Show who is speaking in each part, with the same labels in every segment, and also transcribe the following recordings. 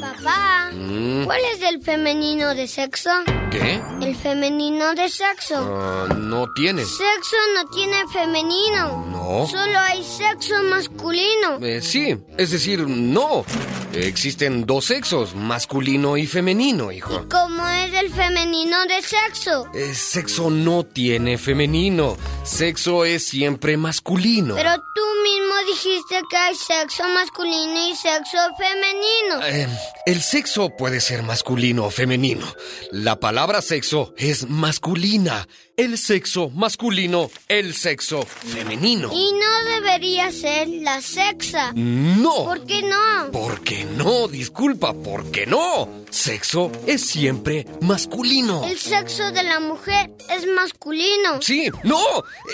Speaker 1: Papá, ¿cuál es el femenino de sexo?
Speaker 2: Mm, ¿Qué?
Speaker 1: El femenino de sexo.
Speaker 2: Ah, no tienes.
Speaker 1: Sexo no tiene femenino.
Speaker 2: No.
Speaker 1: Solo hay sexo masculino.
Speaker 2: Eh, sí, es decir, no. Existen dos sexos, masculino y femenino, hijo.
Speaker 1: ¿Y cómo es el femenino de sexo?
Speaker 2: Eh, sexo no tiene femenino. Sexo es siempre masculino.
Speaker 1: Pero tú mismo dijiste que hay sexo masculino y sexo femenino.
Speaker 2: Eh, el sexo puede ser masculino o femenino. La palabra sexo es masculina. El sexo masculino, el sexo femenino.
Speaker 1: Y no debería ser la sexa.
Speaker 2: No.
Speaker 1: ¿Por qué no?
Speaker 2: ¿Por qué no? Disculpa, ¿por qué no? Sexo es siempre masculino.
Speaker 1: El sexo de la mujer es masculino.
Speaker 2: Sí, no.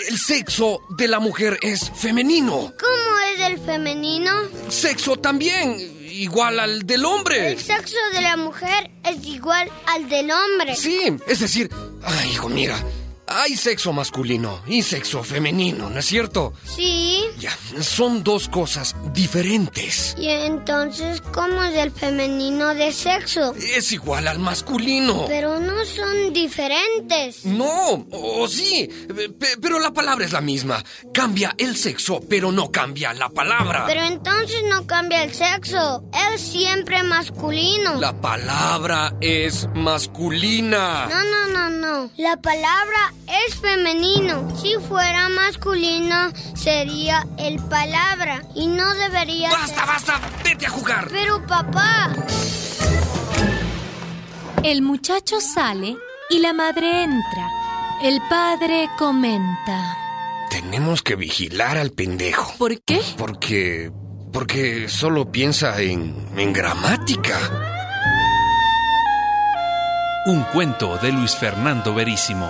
Speaker 2: El sexo de la mujer es femenino.
Speaker 1: ¿Cómo es el femenino?
Speaker 2: Sexo también, igual al del hombre.
Speaker 1: El sexo de la mujer es igual al del hombre.
Speaker 2: Sí, es decir, ay, hijo, mira. Hay sexo masculino y sexo femenino, ¿no es cierto?
Speaker 1: Sí.
Speaker 2: Ya, son dos cosas diferentes.
Speaker 1: Y entonces, ¿cómo es el femenino de sexo?
Speaker 2: Es igual al masculino.
Speaker 1: Pero no son diferentes.
Speaker 2: No, o o sí, pe- pero la palabra es la misma. Cambia el sexo, pero no cambia la palabra.
Speaker 1: Pero entonces no cambia el sexo. Es siempre masculino.
Speaker 2: La palabra es masculina.
Speaker 1: No, no, no, no. La palabra es femenino. Si fuera masculino, sería el palabra. Y no debería ser.
Speaker 2: ¡Basta, basta! ¡Vete a jugar!
Speaker 1: Pero papá.
Speaker 3: El muchacho sale y la madre entra. El padre comenta.
Speaker 2: Tenemos que vigilar al pendejo.
Speaker 3: ¿Por qué?
Speaker 2: Porque... Porque solo piensa en... en gramática.
Speaker 4: Un cuento de Luis Fernando Verísimo.